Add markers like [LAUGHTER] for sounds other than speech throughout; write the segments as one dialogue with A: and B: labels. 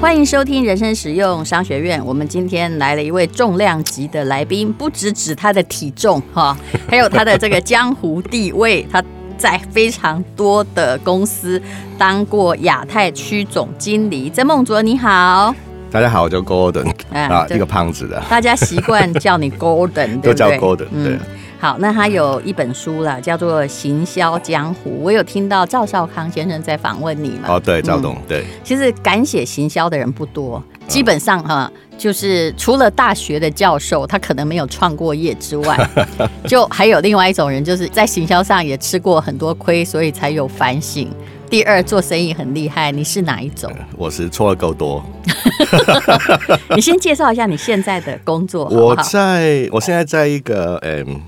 A: 欢迎收听《人生实用商学院》。我们今天来了一位重量级的来宾，不只指他的体重哈， [LAUGHS] 还有他的这个江湖地位。他在非常多的公司当过亚太区总经理。曾梦卓，你好。
B: 大家好，我叫 Golden
A: 哎
B: 啊，
A: 对
B: 一个胖子的，
A: 大家习惯叫你
B: [LAUGHS]
A: Golden，对
B: 都
A: 不
B: 叫
A: 对嗯
B: Golden，对。
A: 好，那他有一本书啦，叫做《行销江湖》。我有听到赵少康先生在访问你嘛？
B: 哦，对，赵董，对，
A: 其实敢写行销的人不多，
B: 嗯
A: 基本上哈、就是除了大学的教授，他可能没有创过业之外，
B: [LAUGHS]
A: 就还有另外一种人，就是在行销上也吃过很多亏，所以才有反省。第二，做生意很厉害，你是哪一
B: [LAUGHS]
A: 种？
B: 我是错的够多。
A: 你先介绍一下你现在的工作好不
B: 我
A: 好？
B: 在我现在在一个嗯。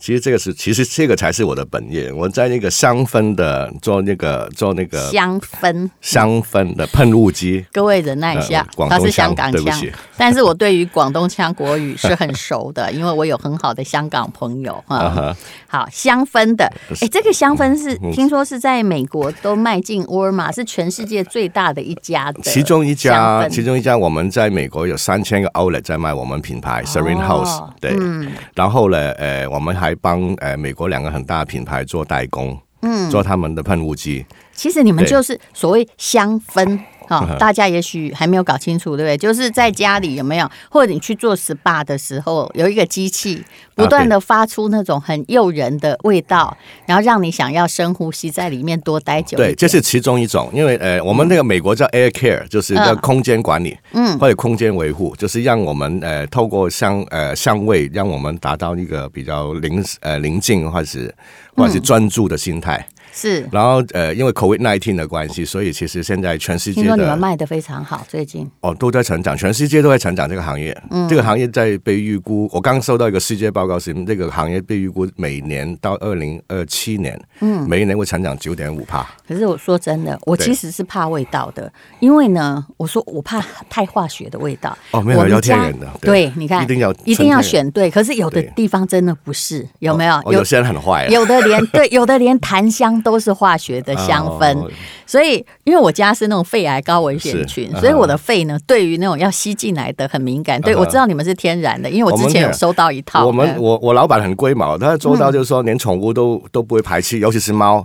B: 其实这个是，其实这个才是我的本业。我在那个香氛的做那个做那个
A: 香氛，
B: 香氛的喷雾机，
A: 各位忍耐一下
B: 呃，广
A: 他
B: 东
A: 是香
B: 腔
A: 港
B: 对不
A: 腔
B: 起，
A: 但是我对于广东腔国语是很熟的，因为我有很好的香港朋友
B: [LAUGHS] 啊
A: 哈。
B: 哈，
A: 好，香氛的，哎，这个香氛是
B: 嗯
A: 听说是在美国都卖进沃尔玛，是全世界最大的一家的香氛，
B: 其中一家，其中一家我们在美国有三千个 outlet 在卖我们品牌 Serene House，、对。
A: 哦嗯
B: 然后呢，呃，我们还帮呃美国两个很大的品牌做代工，
A: 嗯，
B: 做他们的喷雾机。
A: 其实你们
B: 对
A: 就是所谓香
B: [LAUGHS]
A: 氛。哈、大家也许还没有搞清楚，对不对？就是在家里有没有，或者你去做 SPA 的时候，有一个机
B: 啊
A: 器不断的发出那种很诱人的味道，然后让你想要深呼吸，在里面多待久一点。
B: 对，这是其中一种，因为呃，我们那个美国叫 air care，就是叫
A: 嗯
B: 空间管理，
A: 嗯，
B: 或者空间维护，就是让我们呃透过香呃香味，让我们达到一个比较宁呃宁静或者是
A: 嗯
B: 或者是专注的心态。
A: 是
B: 然后呃，因为 COVID nineteen 的关系，所以其实现在全世
A: 听
B: 界
A: 说你们
B: 的
A: 卖的非常好，最近
B: 哦都在成长，全世界都在成长这个行业，
A: 嗯
B: 这个行业在被预估，我刚收到一个世界报告是，这个行业被预估每年到二零二七年，嗯，每一年会成长九点五帕。
A: 可是我说真的，我
B: 对
A: 其实是怕味道的，因为呢，我说我怕太化学的味道。
B: 哦没有
A: 我们
B: 要天
A: 家
B: 然的
A: 对
B: 对
A: 你看，
B: 一定要
A: 一定要
B: 纯天
A: 选对。可是有的
B: 对
A: 地方真的不是，有没有？
B: 哦，有些人很坏啊，
A: 有的
B: [LAUGHS]
A: 连对，有的连檀香都是化学的香氛，
B: 哦
A: 所以因为我家是那种肺癌高危险群
B: 是，啊
A: 所以我的肺呢，对于那种要吸进来的很敏感。对，
B: 啊哈
A: 我知道你们是天然的，因为我
B: 我
A: 之
B: 们
A: 前有
B: 天然
A: 收到一套。
B: 我们
A: 嗯
B: 我我老板很龟毛，他做到就是说连宠物都、都不会排斥，尤其是猫。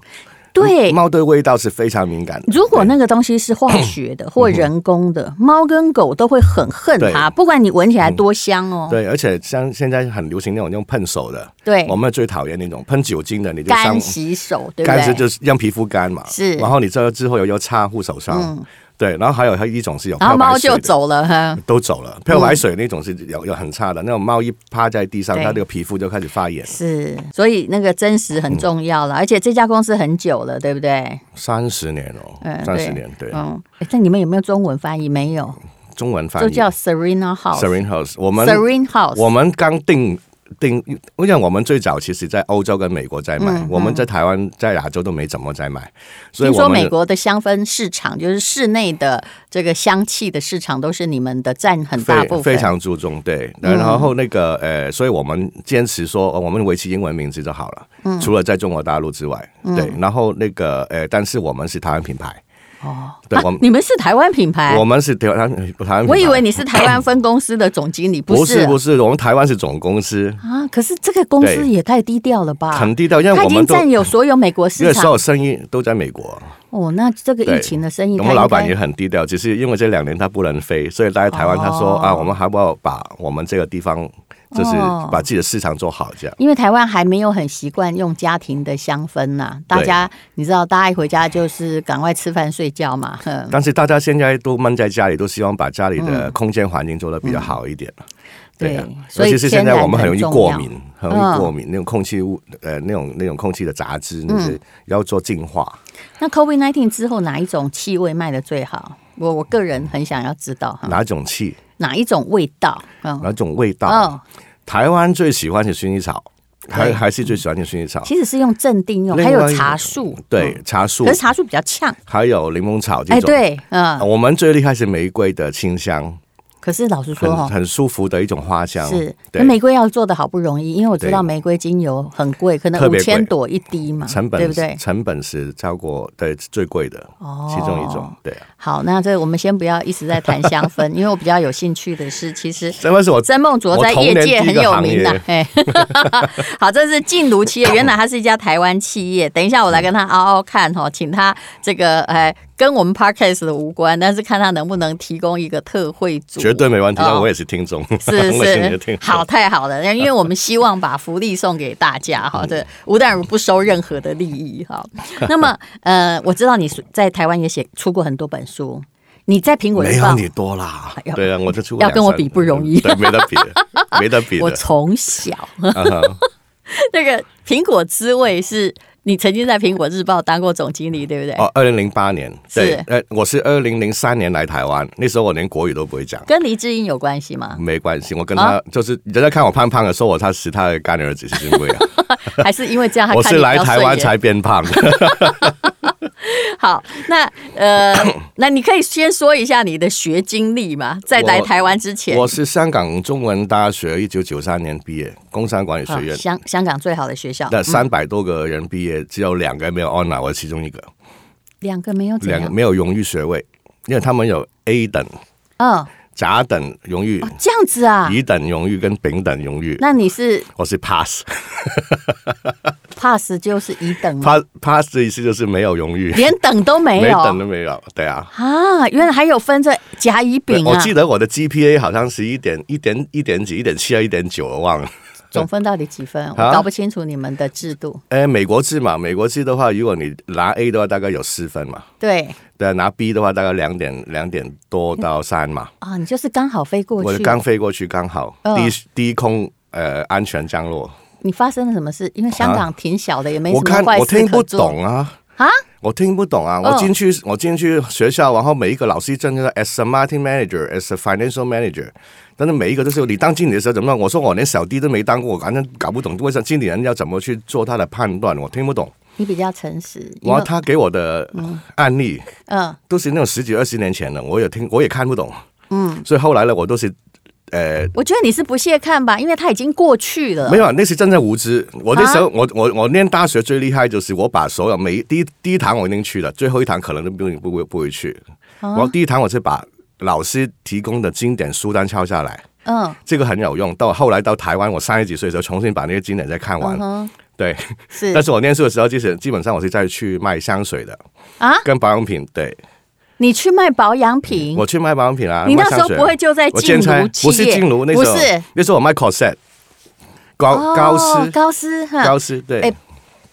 A: 对
B: 猫对味道是非常敏感的。
A: 如果那个东西是化学
B: 嗯
A: 的或人工的，猫跟狗都会很恨它，不管你闻起来多香哦。
B: 对，而且像现在很流行那种用喷手的，
A: 对
B: 我们最讨厌那种喷酒精的，你就
A: 干
B: 伤
A: 洗手，对
B: 干是
A: 不对？
B: 就是让皮肤干嘛，
A: 是嗯
B: 然后你这之后又要擦护手霜，对，然后还有还有一种是有
A: 然后
B: 哦漂白
A: 猫
B: 水
A: 就
B: 的，
A: 走了嗯哈。
B: 都走了，漂白水那种是有有很差的，那种猫一趴在地上，
A: 对
B: 它这个皮肤就开始发炎，
A: 是，所以那个真实很重要
B: 嗯
A: 了，而且这家公司很久了，对不对？
B: 三十年哦
A: 嗯，
B: 三十年，对，
A: 嗯，诶但你们有没有中文翻译？没有，
B: 中文翻
A: 就
B: 译
A: 叫 Serena House。
B: Serene House，我们
A: Serena House，
B: 我们刚定定，因为我们最早其实在欧洲跟美国在卖，我们在台湾、在亚洲都没怎么在卖，所以
A: 嗯听
B: 我
A: 说
B: 们
A: 美国的香氛市场，就是室内的这个香气的市场，都是你们的占很大部分。
B: 非
A: 嗯
B: 非常注重对，然后那个、呃，所以我们坚持说，呃我们维持英文名字就好了，
A: 嗯
B: 除了在中国大陆之外，对，然后那个呃，但是我们是台湾品牌，
A: 哦，
B: 对
A: 啊
B: 我们
A: 你们是台湾品牌？
B: 我们是台湾台湾品牌，
A: 我以为你是台湾分公司的总经理，
B: 不
A: 是
B: 是不是，我们台湾是总公司，
A: 啊？可是这个公司
B: 对
A: 也太低调了吧？
B: 很低调，因为
A: 啊他
B: 我
A: 已经
B: 们都
A: 占有所有美国
B: 因
A: 市
B: 为所
A: 场
B: 有生意都在美国。
A: 哦，那这个
B: 对
A: 疫情的生意，
B: 我
A: 他
B: 们
A: 应该
B: 老板也很低调，只是因为这两年他不能飞，所以来台湾他说、
A: 哦
B: 啊，我们还不要把我们这个地方，就是
A: 哦
B: 把自己的市场做好这样。
A: 因为台湾还没有很习惯用家庭的香氛呐、大家你知道，大家一回家就是赶快吃饭睡觉嘛，哼
B: 但是大家现在都闷在家里，都希望把家里的空间环境做得比较好一点。
A: 嗯对
B: 啊，
A: 所
B: 尤
A: 以
B: 其是现在我们很容易过敏，
A: 天然很
B: 很
A: 重要嗯
B: 容易过敏，那种空气污呃那种那种空气的杂质，就是要做净化。
A: 那 COVID nineteen 之后哪一种气味卖的最好？我我个人很想要知道哈，
B: 哪种气，
A: 哪一种味道？嗯，
B: 哪种味道？
A: 哦，
B: 台湾最喜欢是薰衣草，还
A: 对
B: 还是最喜欢是薰衣草。
A: 其实是用镇定用，
B: 另
A: 还
B: 外一
A: 有
B: 个
A: 茶树，
B: 对
A: 嗯，
B: 茶树
A: 可是茶树比较呛。
B: 还有柠檬草这
A: 哎，
B: 种，哦
A: 对，嗯
B: 啊，我们最厉害是玫瑰的清香，
A: 可是老实说
B: 很
A: 哈，
B: 很舒服的一种花香。
A: 是那
B: 对，
A: 玫瑰要做的好不容易，因为我知道
B: 对
A: 玫瑰精油很贵，可能
B: 特
A: 五
B: 别贵
A: 千朵一滴嘛，
B: 成本
A: 对不对？
B: 成本是超过对最贵的
A: 哦
B: 其中一种。对啊，
A: 好，那这我们先不要一直在谈香
B: [LAUGHS]
A: 氛，因为我比较有兴趣的是，其实
B: 这份是我
A: 曾梦卓在业界很有名的、哎， [LAUGHS] 好，这是静茹企业，原来它是一家台湾企业。等一下我来跟他嗷嗷看哈，请他这个哎跟我们 podcast 的无关，但是看他能不能提供一个特惠组，
B: 绝对没问题，
A: 哦
B: 那我也是听 [LAUGHS] 众，
A: 是
B: 我是你的
A: 是
B: 听，众。
A: 好，太好了，因为我们希望把福利送给大
B: [LAUGHS]
A: 家哈，
B: 嗯
A: 这吴淡如不收任何的利益哈。那么呃，我知道你是在台湾也写出过很多本书，你在苹果
B: 没
A: 日
B: 有
A: 报，
B: 你多啦
A: 哎呦，
B: 对啊，我就出嗯
A: 要跟我比不容易
B: 对，没得
A: [LAUGHS]
B: 比的，没得比
A: 我
B: 的。
A: 从小 [LAUGHS]
B: 啊哈
A: 那个苹果滋味是你曾经在苹果日报当过总经理，对不对？ [LAUGHS]
B: 哦，二零零八年，对
A: 是，
B: 呃，我是二零零三年来台湾，那时候我连国语都不会讲。
A: 跟黎智英有关系
B: [LAUGHS]
A: 吗？
B: 没关系，我跟他、
A: 哦
B: 就是人家看我胖胖的，说我他是他的干儿子，是因为、啊、
A: 还是因为这样他
B: 我
A: 看你
B: 是
A: 比
B: 来
A: 较
B: 台
A: 顺
B: 湾
A: 眼？
B: 才
A: [LAUGHS]
B: 变胖的。
A: 好，那
B: [COUGHS]
A: 呃，那你可以先说一下你的学经历嘛，在来台湾之前，
B: 我是香港中文大学一九九三年毕业，工商管理学
A: 啊嗯
B: 院。
A: 香香港最好的学校，
B: 那三百多个人毕业，只有两个没有 honor，我是其中一个，
A: 两个没有怎
B: 两个
A: 样，
B: 没有荣誉学位，因为他们有 A 等、
A: 嗯，哦，
B: 甲等荣誉、
A: 这样子啊，
B: 乙等荣誉跟丙等荣誉。
A: 那你是
B: 我是 pass，pass
A: pass 就是乙等吗？
B: pass pass 的意思就是没有荣誉，
A: 连等都没
B: 没
A: 有
B: 等都没有。对啊，
A: 啊，原来还有分这甲乙
B: 对
A: 丙
B: 我
A: 啊，
B: 记得我的 GPA 好像是一点一点一点几、一点七啊、一点九，我忘了。
A: 总分到底几分？我
B: 啊
A: 搞不清楚你们的制度。
B: 哎，美国制嘛，美国制的话，如果你拿 A 的话，大概有四分嘛。
A: 对
B: 对啊，拿 B 的话大概两点两点多到三嘛，
A: 啊，你就是刚好飞过
B: 我
A: 去，
B: 刚飞过去刚好
A: 嗯
B: 低低空呃安全降落，
A: 你发生了什么事？因为香港挺小的，也没什
B: 我看
A: 么坏
B: 我
A: 事
B: 听
A: 可
B: 不
A: 做
B: 懂啊。
A: 啊。
B: 我听不懂啊！
A: 嗯
B: 我进去，我进去学校，然后每一个老师真的 as a marketing manager, as a financial manager，但是每一个都是你当经理的时候怎么样？我说我连小弟都没当过，我反正搞不懂为什么经理人要怎么去做他的判断，我听不懂。
A: 你比较诚实，因
B: 然后
A: 为
B: 他给我的案例，
A: 嗯，
B: 都是那种十几二十年前的，我也听我也看不懂。嗯，所以后来呢，我都是呃
A: 我觉得你是不屑看吧，因为它已经过去了。
B: 没有，啊那是真正无知。我
A: 啊
B: 那时候，我我我念大学最厉害就是我把所有每第一第一堂我已经去了，最后一堂可能都不不会不会去。
A: 啊
B: 然后第一堂我是把老师提供的经典书单抄下来，
A: 嗯
B: 这个很有用。到后来到台湾，我三十几岁的时候重新把那些经典再看完。
A: 嗯哼，嗯
B: 对，
A: 是
B: 但是我念书的时候，就是基本上我是在去卖香水的
A: 啊，
B: 跟保养品。对，
A: 你去卖保养品，
B: 我去卖保养品啊，
A: 你那
B: 卖
A: 时候
B: 香水啊
A: 不会就在
B: 我
A: 静
B: 兼差
A: 茹企业？
B: 不是静茹，那时候
A: 不是
B: 那时候我卖 corset 高、
A: 哦
B: 高斯
A: 高斯哈，
B: 高斯对。
A: 哎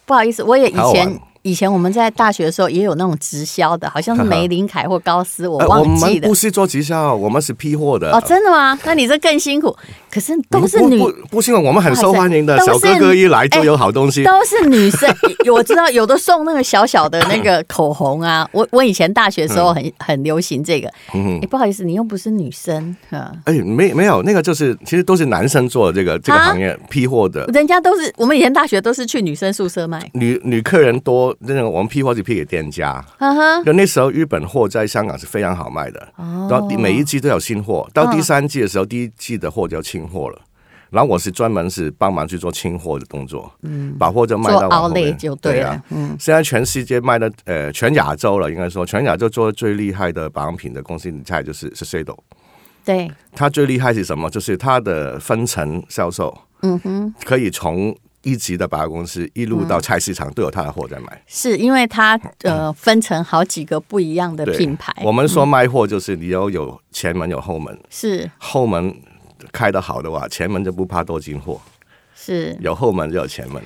A: 不好意思，我也以
B: 好
A: 前
B: 玩
A: 以前我们在大学的时候也有那种直销的，好像是梅林凯或高斯，我
B: 呃
A: 忘记
B: 们
A: 了
B: 不。是做直销，我们是批货的。
A: 哦，真的吗？那你这更辛苦。可是都是
B: 不
A: 女，
B: 不不是因为我们很受欢迎的，
A: 都是
B: 小哥哥一来就有好东西。
A: 都是女生。 [LAUGHS] 我知道有的送那个小小的那个口红啊，我我以前大学的时候
B: 嗯
A: 很很流行这个。哎，不好意思，你又不是女生，啊哈，
B: 哎，没没有，那个就是其实都是男生做这个这个
A: 啊
B: 行业批货的，
A: 人家都是我们以前大学都是去女生宿舍卖。
B: 女女客人多，那种我们批货是批给店家。
A: 哈
B: [LAUGHS]
A: 哈，
B: 就那时候日本货在香港是非常好卖的，
A: 哦
B: 然后每一季都有新货，
A: 嗯
B: 到第三季的时候，第一季的货就要清货了。然后我是专门是帮忙去做清货的动作，嗯，把货就卖
A: 做
B: 到往后
A: 熬
B: 面
A: 累就对了嗯
B: 啊。。现在全世界卖的，呃，全亚洲了，应该说全亚洲做的最厉害的保养品的公司，你猜就是 Shiseido。
A: 对，
B: 它最厉害是什么？就是它的分层销售，嗯哼，可以从一级的保养公司一路
A: 嗯
B: 到菜市场都有它的货在卖。
A: 是因为它呃分成好几个不一样的
B: 嗯对
A: 品牌，
B: 我们说卖货就是你要有前门有后门，
A: 是
B: 后门开得好的话，前门就不怕多进货，
A: 嗯是，
B: 有后门就有前门。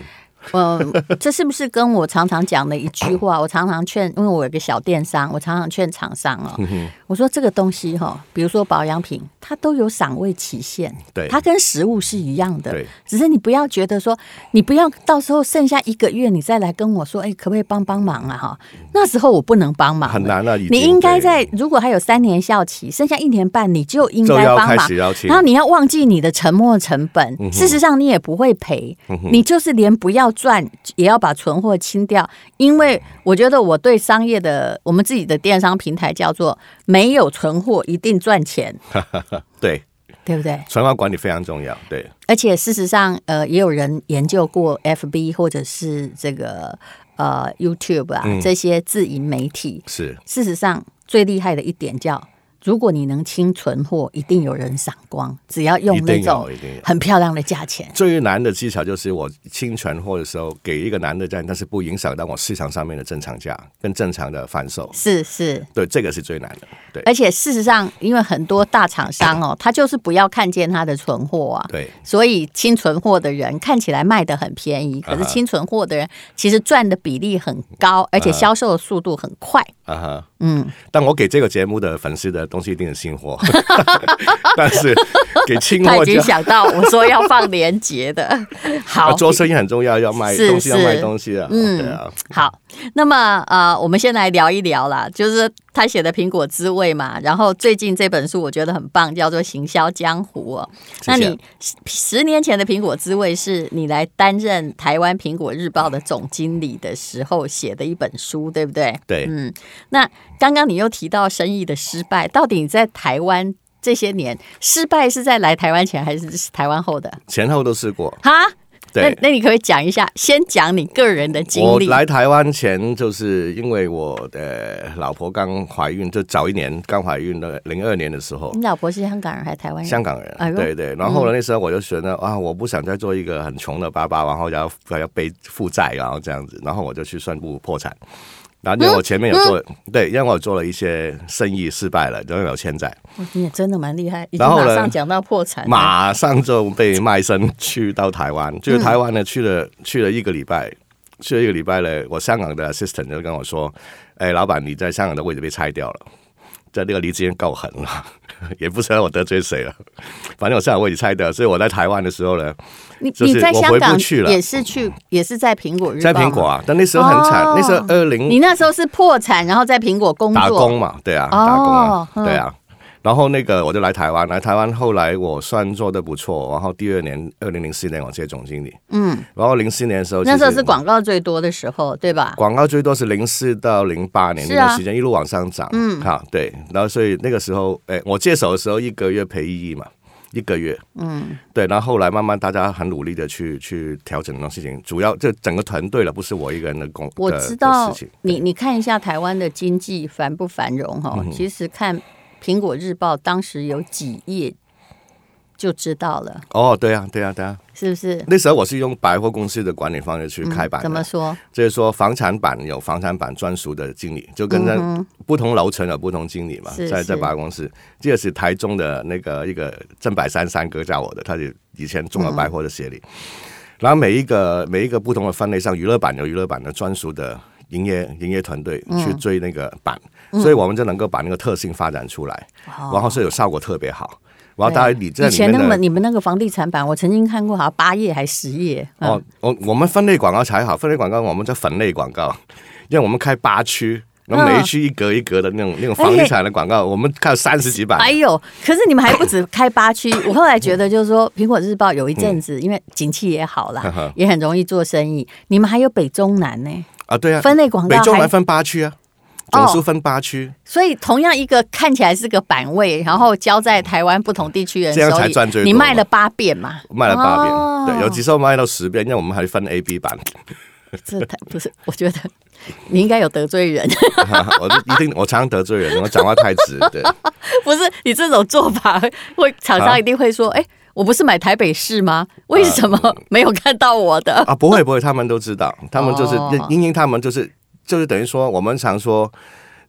A: 嗯，这是不是跟我常常讲的一句话？我常常劝，因为我有个小电商，我常常劝厂商哦，
B: 嗯
A: 我说这个东西哈、比如说保养品，它都有赏味期限，
B: 对
A: 它跟食物是一样的
B: 对，
A: 只是你不要觉得说，你不要到时候剩下一个月你再来跟我说，哎，可不可以帮帮忙啊？哈，那时候我不能帮忙了，
B: 嗯很难啊已经
A: 你应该
B: 对
A: 在如果还有三年效期，剩下一年半，你就应
B: 就
A: 该
B: 要
A: 帮
B: 开
A: 忙
B: 始。邀请
A: 然，后你要忘记你的沉没成本，事实上你也不会赔，你就是连不要赚，也要把存货清掉，因为我觉得我对商业的我们自己的电商平台叫做没有存货一定赚钱，
B: 对，
A: 对不对？
B: 存款管理非常重要，对，
A: 而且事实上，呃，也有人研究过 FB 或者是这个呃 YouTube 啊、这些自营媒体。
B: 是
A: 事实上，最厉害的一点叫，如果你能清存货，一定有人赏光，只要用
B: 一
A: 那
B: 定
A: 种
B: 有，一定有。
A: 很漂亮的价钱。
B: 最难的技巧就是我清存货的时候给一个男的站，但是不影响到我市场上面的正常价跟正常的贩售，
A: 是哎是，
B: 对，这个是最难的，对
A: 而且事实上，因为很多大厂商哦，他就是不要看见他的存货啊，
B: 对。
A: 所以清存货的人看起来卖的很便
B: 啊
A: 宜，可是清存货的人其实赚的比例很高，而且销售的速度很快。
B: 啊哈，嗯，但我给这个节目的粉丝的东西一定是
A: [LAUGHS]
B: 新货， [LAUGHS] 但是给清
A: 他
B: 货
A: 已
B: 就
A: 经想到我说要放连结
B: [LAUGHS]
A: 的，
B: 啊，
A: 好。
B: 做生意很重要，要卖
A: 是
B: 东西，要卖
A: 是嗯
B: 东西啊，对啊，
A: 好，那么呃，我们先来聊一聊啦，就是他写的《苹果滋味》嘛，然后最近这本书我觉得很棒，叫做《行销江湖》哦。
B: 谢
A: 那
B: 谢
A: 你十十年前的《苹果滋味》是你来担任台湾苹果日报的总经理的时候写的一本书，对不对？
B: 对，
A: 嗯，那刚刚你又提到生意的失败，到底你在台湾这些年失败是在来台湾前还是台湾后的？
B: 前后都试过，
A: 哈？那
B: 对。
A: 那你可不可以讲一下？先讲你个人的经
B: 我
A: 历。
B: 来台湾前，就是因为我的老婆刚怀孕，就早一年刚怀孕的零二年的时候，
A: 你老婆是香港人还是台湾人？
B: 香港人，
A: 哎呦
B: 对对。然后呢，那时候我就觉得啊，我不想再做一个很穷的爸爸，然后要要背负债，然后这样子，然后我就去宣布破产。然
A: 嗯
B: 后因为我前面有做，对，因为我做了一些生意失败了，然后有欠债，
A: 哇你也嗯真的蛮厉害，已经
B: 然后
A: 马
B: 呢
A: 上讲到破产了。
B: 马上就被卖身去到台湾。就是台湾呢，去了去了一个礼拜，去了一个礼拜呢，我香港的 assistant 就跟我说：“哎，老板，你在香港的位置被拆掉了。”在这个离职间够狠了， [LAUGHS] 也不知道我得罪谁了。反正我香港位置拆掉，所以我在台湾的时候呢，
A: 你
B: 就是
A: 你在
B: 我
A: 香
B: 回不
A: 港
B: 去了
A: 也是去，也是在苹果日报
B: 在
A: 吗
B: 苹果。啊，但那时候很惨，
A: 哦
B: 那时候二
A: 你
B: 零
A: 那时候是破产，然后在苹果工作。
B: 打工嘛，对啊，打工
A: 哦
B: 啊，
A: 嗯
B: 对啊。然后那个我就来台湾，来台湾后来我算做的不错，然后第二年二零零四年我接总经理，
A: 嗯，
B: 然后零四年的时候其实
A: 那时候是广告最多的时候，对吧？
B: 广告最多是零四到零八年
A: 是
B: 那
A: 啊
B: 段时间一路往上涨，嗯，哈对，然后所以那个时候，哎，我接手的时候一个月赔一亿嘛。一个月，嗯，对，然后后来慢慢大家很努力的去去调整这种事情，主要这整个团队了，不是我一个人的工，
A: 我
B: 的
A: 知
B: 的
A: 道
B: 事情
A: 你，你看一下台湾的经济繁不繁荣哈、
B: 嗯
A: 其实看《苹果日报》当时有几页就知道了，
B: 哦，对啊，对啊，对啊，
A: 是不是？
B: 那时候我是用百货公司的管理方式去开版
A: 嗯怎
B: 的，
A: 么说？
B: 就是说房产版有房产版专属的经理，就跟
A: 嗯
B: 着不同楼层有不同经理嘛，
A: 是
B: 在
A: 是
B: 在百货公司。这个是台中的那个一个郑百山三哥教我的，他是以前中了百货的协
A: 嗯
B: 理。然后每一个每一个不同的分类上，娱乐版有娱乐版的专属的营业营业团队
A: 嗯
B: 去追那个版，所以我们就能够把那个特性发展出来，然后是有效果特别好。然后当然你在
A: 哦以
B: 里
A: 前
B: 面
A: 那
B: 的
A: 么你们那个房地产版，我曾经看过，好像八页还十页。嗯、
B: 哦，我我们分类广告才好，分类广告我们叫分类广告， [LAUGHS] 因为我们开八区，
A: 嗯
B: 然后每一区一格一格的那种、那种房地产的广告，我们开了三十几版。
A: 哎呦，可是你们还不止开八区。我后来觉得，就是说，《苹果日报》有一阵
B: 嗯
A: 子，因为景气也好啦，也很容易做生意。你们还有北中南呢，
B: 啊，对啊，
A: 分类广告
B: 北中
A: 还
B: 南分八区啊，
A: 哦
B: 总数分八区，
A: 所以同样一个看起来是个版位，然后交在台湾不同地区人
B: 这样
A: 手
B: 才赚
A: 里，
B: 最多
A: 你卖了八遍嘛？
B: 卖了八遍，
A: 哦
B: 对，有几时候卖到十遍，因为我们还分 A、B 版， [LAUGHS]
A: 这太不是，我觉得你应该有得罪人， [LAUGHS]
B: 我就一定我常常得罪人，我讲话太直，对，
A: 不是你这种做法会厂
B: 啊
A: 商一定会说，哎、我不是买台北市吗？为什么没有看到我的？
B: [LAUGHS] 啊，不会不会，他们都知道，他们就是
A: 哦
B: 英英，他们就是就是等于说，我们常说，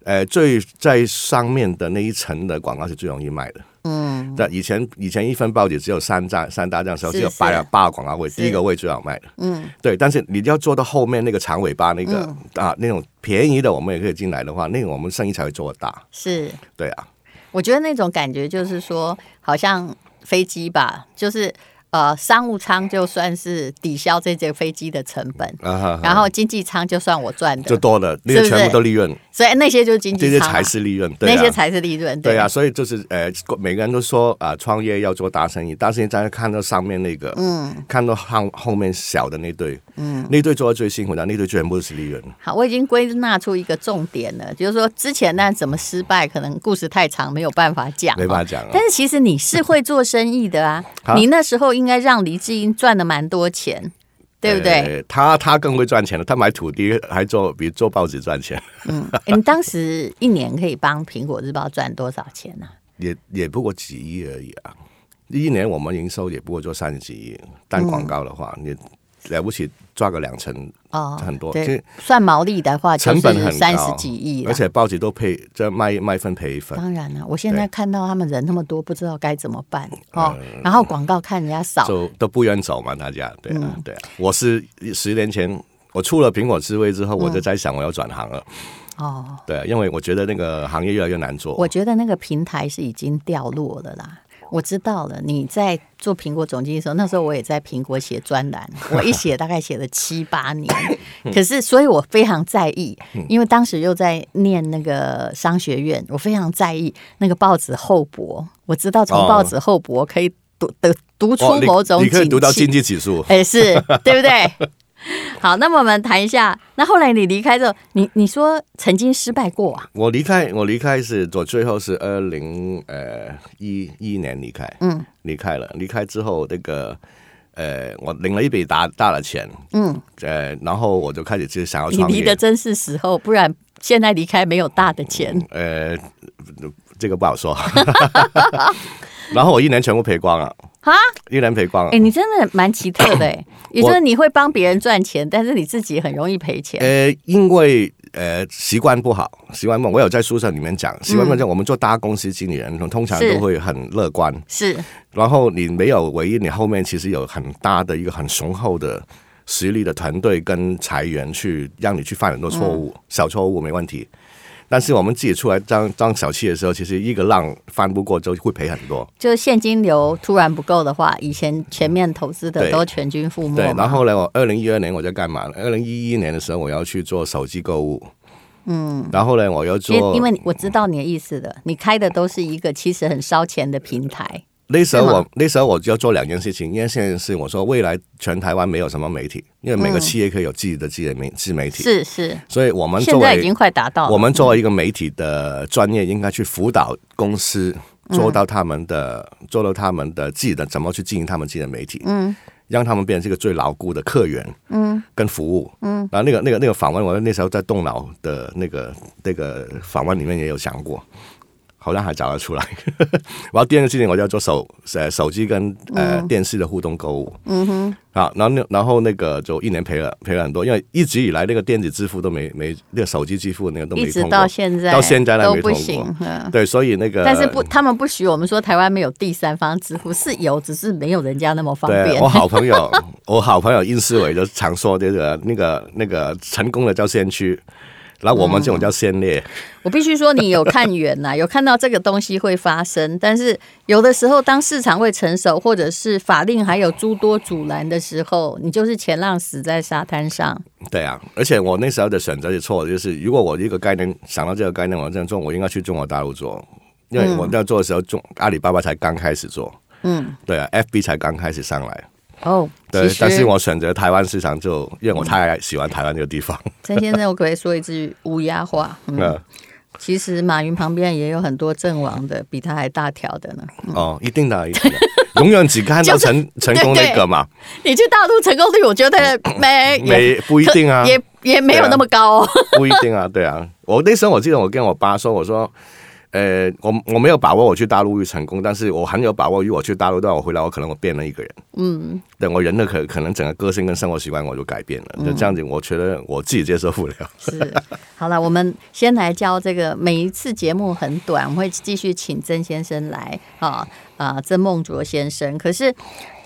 B: 呃，最在上面的那一层的广告是最容易卖的。嗯，但以前以前一份报纸只有三站三大站的时候，
A: 是
B: 只有八
A: 是
B: 八个广告位，
A: 是
B: 第一个位最好卖的。嗯，对，但是你要做到后面那个长尾巴那个、
A: 嗯
B: 啊那种便宜的，我们也可以进来的话，那个我们生意才会做得大。
A: 是，
B: 对啊，
A: 我觉得那种感觉就是说，好像飞机吧，就是。呃商务舱就算是抵消这节飞机的成本，
B: 啊哈哈
A: 然后经济舱就算我赚
B: 就
A: 的，
B: 多了，那
A: 是
B: 些
A: 不是
B: 全部都利润，
A: 所以那些就是经
B: 这
A: 济
B: 些
A: 舱嘛、
B: 才是利润，对啊
A: 那些才是利润，
B: 对啊，所以就是呃，每个人都说啊、创业要做大生意，大生意大家看到上面那个，嗯，看到后后面小的那对，嗯，那对做的最辛苦的，那对全部都是利润。
A: 好，我已经归纳出一个重点了，就是说之前那怎么失败，可能故事太长，没有办法讲，
B: 没办法讲啊
A: 但是其实你是会做生意的
B: [LAUGHS]
A: 啊
B: 好，
A: 你那时候应该让黎智英赚了蛮多钱，对不对？
B: [LAUGHS] 呃他他更会赚钱了，他买土地还做比做报纸赚钱， [LAUGHS]
A: 你当时一年可以帮苹果日报赚多少钱呢、
B: 也也不过几亿而已啊。一年我们营收也不过就三十几亿，单广告的话，你了不起赚个两成，
A: 哦，
B: 很多
A: 嗯对
B: 这，
A: 算毛利的话就
B: 成本
A: 是
B: 很
A: 三十
B: 高，
A: 几亿了
B: 而。且报纸都配这卖卖一份赔一份。
A: 当然了、我现在
B: 对
A: 看到他们人那么多，不知道该怎么办哦。然后广告看人家少，
B: 嗯就都不愿走嘛，大家对啊、
A: 嗯
B: 对啊。我是十年前我出了苹果智慧之后，我就在想我要转行了，
A: 嗯哦，
B: 对、啊，因为我觉得那个行业越来越难做哦
A: 我。觉得那个平台是已经掉落了啦。我知道了，你在做苹果总经理的时候，那时候我也在苹果写专
B: [LAUGHS]
A: 栏，我一写大概写了七八年，
B: 嗯
A: 可是所以我非常在意，因为当时又在念那个商学院，我非常在意那个报纸厚薄，我知道从
B: 哦
A: 报纸厚薄可以读读读出
B: 你
A: 某种
B: 你可以
A: 景
B: 读到
A: 气
B: 经济指数，
A: 哎，是对不对？好，那么我们谈一下，那后来你离开之后，你你说曾经失败过啊？
B: 我离开，我离开是我最后是二零呃一一年离开，嗯，离开了，离开之后那个呃，我领了一笔大大的钱，嗯，呃，然后我就开始就想要
A: 你
B: 创
A: 离
B: 业
A: 的，真是时候，不然现在离开没有大的钱。
B: 呃，这个不好说， [LAUGHS] 然后我一年全部赔光了，
A: 啊，
B: 一年赔光了
A: 哎、，你真的蛮奇特的、
B: [COUGHS]
A: 哎也就是你会帮别人赚钱，但是你自己很容易赔钱。
B: 呃，因为呃习惯不好，习惯不好。我有在书上里面讲，习惯不好。像我们做大公司经理人，通常
A: 是
B: 都会很乐观，
A: 是，
B: 然后你没有唯一，你后面其实有很大的一个很雄厚的实力的团队跟裁员，去让你去犯很多错误，小错误没问题。但是我们自己出来当当小气的时候，其实一个浪翻不过就会赔很多。
A: 就是现金流突然不够的话，以前前面投资的
B: 对
A: 都全军覆没
B: 对，
A: 嘛
B: 然后呢，我二零一二年我在干嘛呢？二零一一年的时候，我要去做手机购物。嗯，然后呢，我要做，
A: 因因为你我知道你的意思的，你开的都是一个其实很烧钱的平台。
B: 那时候
A: 是
B: 我
A: 吗
B: 那时候我就要做两件事情，一件事情是我说未来全台湾没有什么媒体，因为每个企业可以有自己的自己的媒自媒
A: 嗯
B: 体，
A: 是是，
B: 所以呃我们作
A: 现在已经
B: 为
A: 快达到了。
B: 我们作为一个媒体的专业，应该去辅导公司做到他们的、做到他们的自己的怎么去经营他们自己的媒体，嗯，让他们变成这个最牢固的客源，嗯，跟服务，嗯，然后那个那个那个访问，我那时候在动脑的那个那个访问里面也有讲过。好像还找得出来。 [LAUGHS] 然后第二件事情，我就要做手呃手机跟呃
A: 嗯
B: 电视的互动购物。嗯哼。啊，然后那然后那个就一年赔了赔了很多，因为一直以来那个电子支付都没没那个手机支付那个都没
A: 一直
B: 通
A: 到
B: 过。
A: 现在
B: 到现在还
A: 都
B: 没
A: 不
B: 通
A: 行
B: 过。。
A: 嗯
B: 对，所以那个
A: 但是不，他们不许我们说台湾没有第三方支付，是有，只是没有人家那么方
B: 对啊
A: 便
B: 我。好朋友，我好朋友殷思伟就常说这个那个那个成功的叫先驱，然后我们
A: 嗯
B: 这种叫先烈。
A: 我必须说，你有看远呐、 [LAUGHS] 有看到这个东西会发生。但是有的时候，当市场会成熟，或者是法令还有诸多阻拦的时候，你就是前浪死在沙滩上。
B: 对啊，而且我那时候的选择是错的，就是如果我一个概念想到这个概念，我这样做，我应该去中国大陆做，因为我那做的时候，中阿里巴巴才刚开始做，嗯，对啊，FB 才刚开始上来，
A: 哦，其
B: 对，但是
A: 实
B: 我选择台湾市场就，因为我太喜欢台湾这个地方，
A: 陈先生，我可不可以说一句乌鸦话。嗯，
B: 嗯，
A: 其实马云旁边也有很多阵亡的，比他还大条的
B: [COUGHS]
A: 呢。
B: [LAUGHS] 哦，一定的，一定的，永远只
A: [LAUGHS]
B: 看到成成功那个嘛，
A: 你去大陆成功率，我觉得没有
B: 没不一定啊，
A: [LAUGHS] 也也没有那么高、哦。
B: 不一定啊，对啊。我那时候我记得我跟我爸说，我说，呃，我我没有把握我去大陆会成功，但是我很有把握，如果我去大陆的话，我回来我可能我变了一个人。嗯，对我人的可可能整个个性跟生活习惯我就改变了，就这样子，我觉得我自己接受不了。
A: 是，好了，我们先来教这个。每一次节目很短，我们会继续请曾先生来啊啊，曾梦卓先生。可是，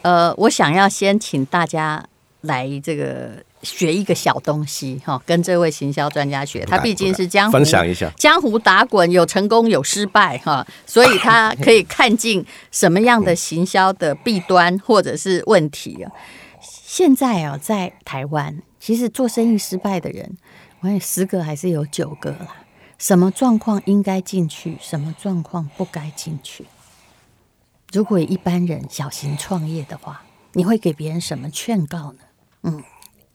A: 呃，我想要先请大家来这个学一个小东西哈、跟这位行销专家学，
B: 不
A: 他
B: 敢
A: 毕竟
B: 不敢
A: 是江湖
B: [LAUGHS] 分享一下
A: 江湖打滚有成功有失败哈，所以他可以看尽什么样的行销的弊端或者是问题啊。现在啊，在台湾，其实做生意失败的人，我看十个还是有九个啦。什么状况应该进去，什么状况不该进去？如果一般人小型创业的话，你会给别人什么劝告呢？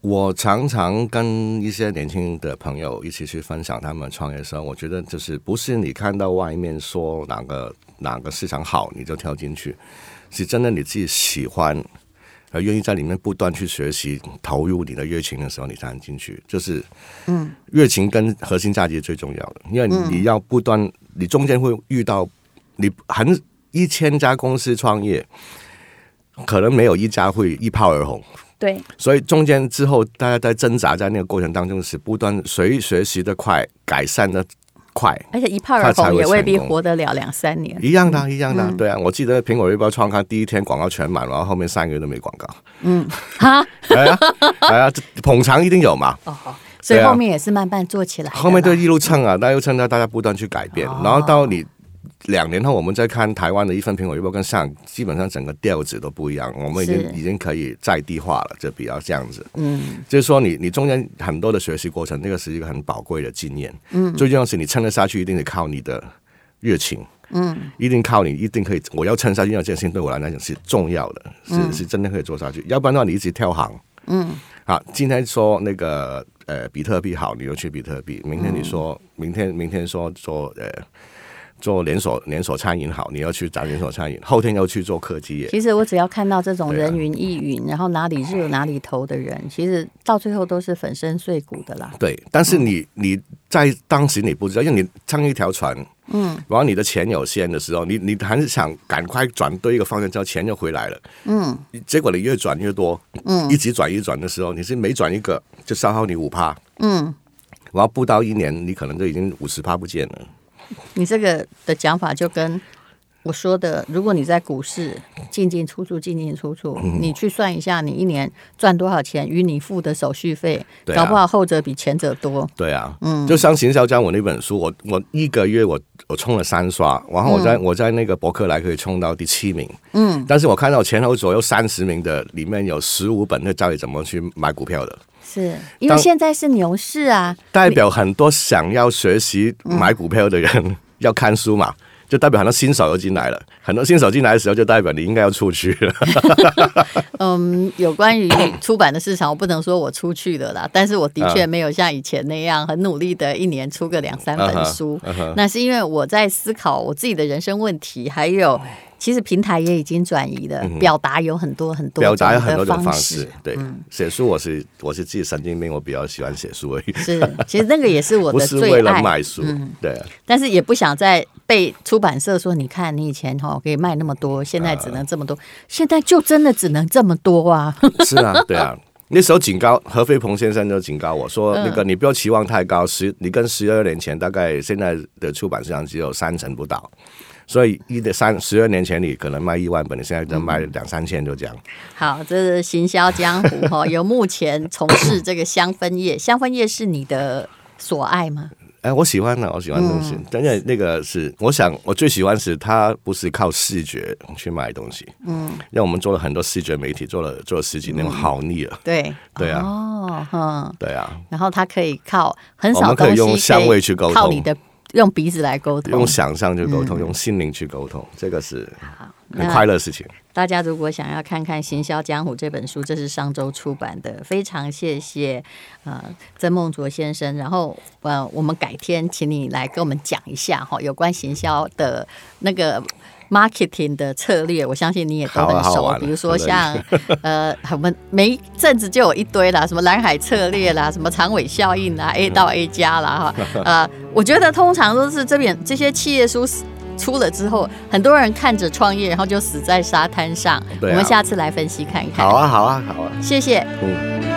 B: 我常常跟一些年轻的朋友一起去分享他们创业的时候，我觉得就是不是你看到外面说哪个哪个市场好你就跳进去，是真的你自己喜欢，而愿意在里面不断去学习、投入你的热情的时候，你才能进去。就是，嗯，热情跟核心价值是最重要的，因为你要不断，你中间会遇到你很一千家公司创业，可能没有一家会一炮而红。
A: 对，
B: 所以中间之后，大家在挣扎在那个过程当中是不断谁学习的快，改善的快，
A: 而且一炮而
B: 他才
A: 红
B: 会
A: 也未必
B: 成功
A: 活得了两三年。
B: 一样的啊，一样的啊，对啊。我记得苹果日报创刊第一天广告全满，然后后面三个月都没广告。 [LAUGHS]
A: 哈，
B: 哎呀，哎呀，这捧场一定有嘛。
A: 哦，所以
B: 对啊
A: 后面也是慢慢做起来的啦。哦
B: 后面就一路蹭啊，但又蹭到大家不断去改变，然后到你。两年后，我们再看台湾的一份苹果日报跟上，基本上整个调子都不一样。我们已
A: 是
B: 经已经可以在地化了，就比较这样子。
A: 嗯，
B: 就是说你，你中间很多的学习过程，那个是一个很宝贵的经验。嗯，最重要是你撑得下去，一定得靠你的热情。嗯，一定靠你，一定可以。我要撑下去，因为这件事情对我来讲是重要的，是、是真的可以做下去。要不然的话，你一直跳行。嗯，好，今天说那个呃比特币好，你就去比特币；明天你说，明天明天说做呃。做连锁连锁餐饮好，你要去找连锁餐饮；后天又去做科技业，
A: 其实我只要看到这种
B: 对啊
A: 人云亦云，然后哪里热哪里头的人，其实到最后都是粉身碎骨的啦。
B: 对，但是你你在当时你不知道，因为你撑一条船，嗯，然后你的钱有限的时候，你你还是想赶快转对一个方向，之后钱就回来了，嗯，结果你越转越多，嗯，一直转一转的时候，你是每转一个就消耗你五趴，嗯，然后不到一年，你可能就已经五十趴不见了。
A: 你这个的讲法就跟我说的，如果你在股市进进出出、进进出出，
B: 嗯
A: 你去算一下，你一年赚多少钱与你付的手续费，
B: 对啊
A: 搞不好后者比前者多。
B: 对啊，嗯，就像行销家我那本书，我我一个月我我冲了三刷，然后我在、我在那个伯克莱可以冲到第七名，嗯，但是我看到前后左右三十名的里面有十五本在教你怎么去买股票的，
A: 是因为
B: 当
A: 现在是牛市啊，
B: 代表很多想要学习买股票的人、 [LAUGHS] 要看书嘛。就代表很多新手又进来了，很多新手进来的时候，就代表你应该要出去了。
A: 嗯，有关于出版的市场，我不能说我出去了啦，但是我的确没有像以前那样很努力的，一年出个两三
B: 嗯
A: 本书。那是因为我在思考我自己的人生问题，还有其实平台也已经转移了，表达有很多很多
B: 嗯 [LAUGHS] 表达有
A: 种的
B: 很多种方
A: 式
B: 式。，嗯对，写书我是我是自己神经病，我比较喜欢写书而已，
A: 是，其实那个也是我
B: [LAUGHS] 不
A: 的
B: 是为
A: 最
B: 了
A: 爱，
B: 卖书。对啊，
A: 但是也不想再被出版社说，你看你以前哈、可以卖那么多，现在只能这么
B: 啊
A: 多，现在就真的只能这么多啊。
B: [LAUGHS] 是啊，对啊。那时候警告何飞鹏先生就警告我说：“那个你不要期望太高，十你跟十二年前大概现在的出版市场只有三成不到，所以一的三十二年前你可能卖一万本，你现在就卖两三千就这样。
A: 好，这是行销江湖
B: [LAUGHS]
A: 哈，有目前从事这个香氛业，香氛业是你的所爱吗？
B: 哎，我喜欢的，我喜欢东西，但是那个是我想我最喜欢是它不是靠视觉去卖东西，嗯，因为我们做了很多视觉媒体，做了做了十几年，好腻了，
A: 对，
B: 对啊
A: 哦，嗯，
B: 对啊，
A: 然后它可以靠很
B: 我
A: 少
B: 们
A: 东
B: 可
A: 西
B: 以用香味去沟通
A: 靠你的用鼻子来沟通
B: 用。想象去沟通，用心灵去沟通，这个是很
A: 那
B: 快乐的事情。”
A: 大家如果想要看看《行销江湖》这本书，这是上周出版的，非常谢谢呃曾梦卓先生。然后呃，我们改天请你来跟我们讲一下哈、有关行销的那个 marketing 的策略，我相信你也都
B: 好啊
A: 很熟。
B: 好玩
A: 比如说像呃，我们每一阵子就有一堆啦，什么蓝海策略啦，什么长尾效应啦，A 到 A 加啦哈。呃，我觉得通常都是这边这些企业书出了之后，很多人看着创业，然后就死在沙滩上。
B: 对啊
A: 我们下次来分析看一看。
B: 好啊，好啊，好啊，
A: 谢谢。
B: 嗯。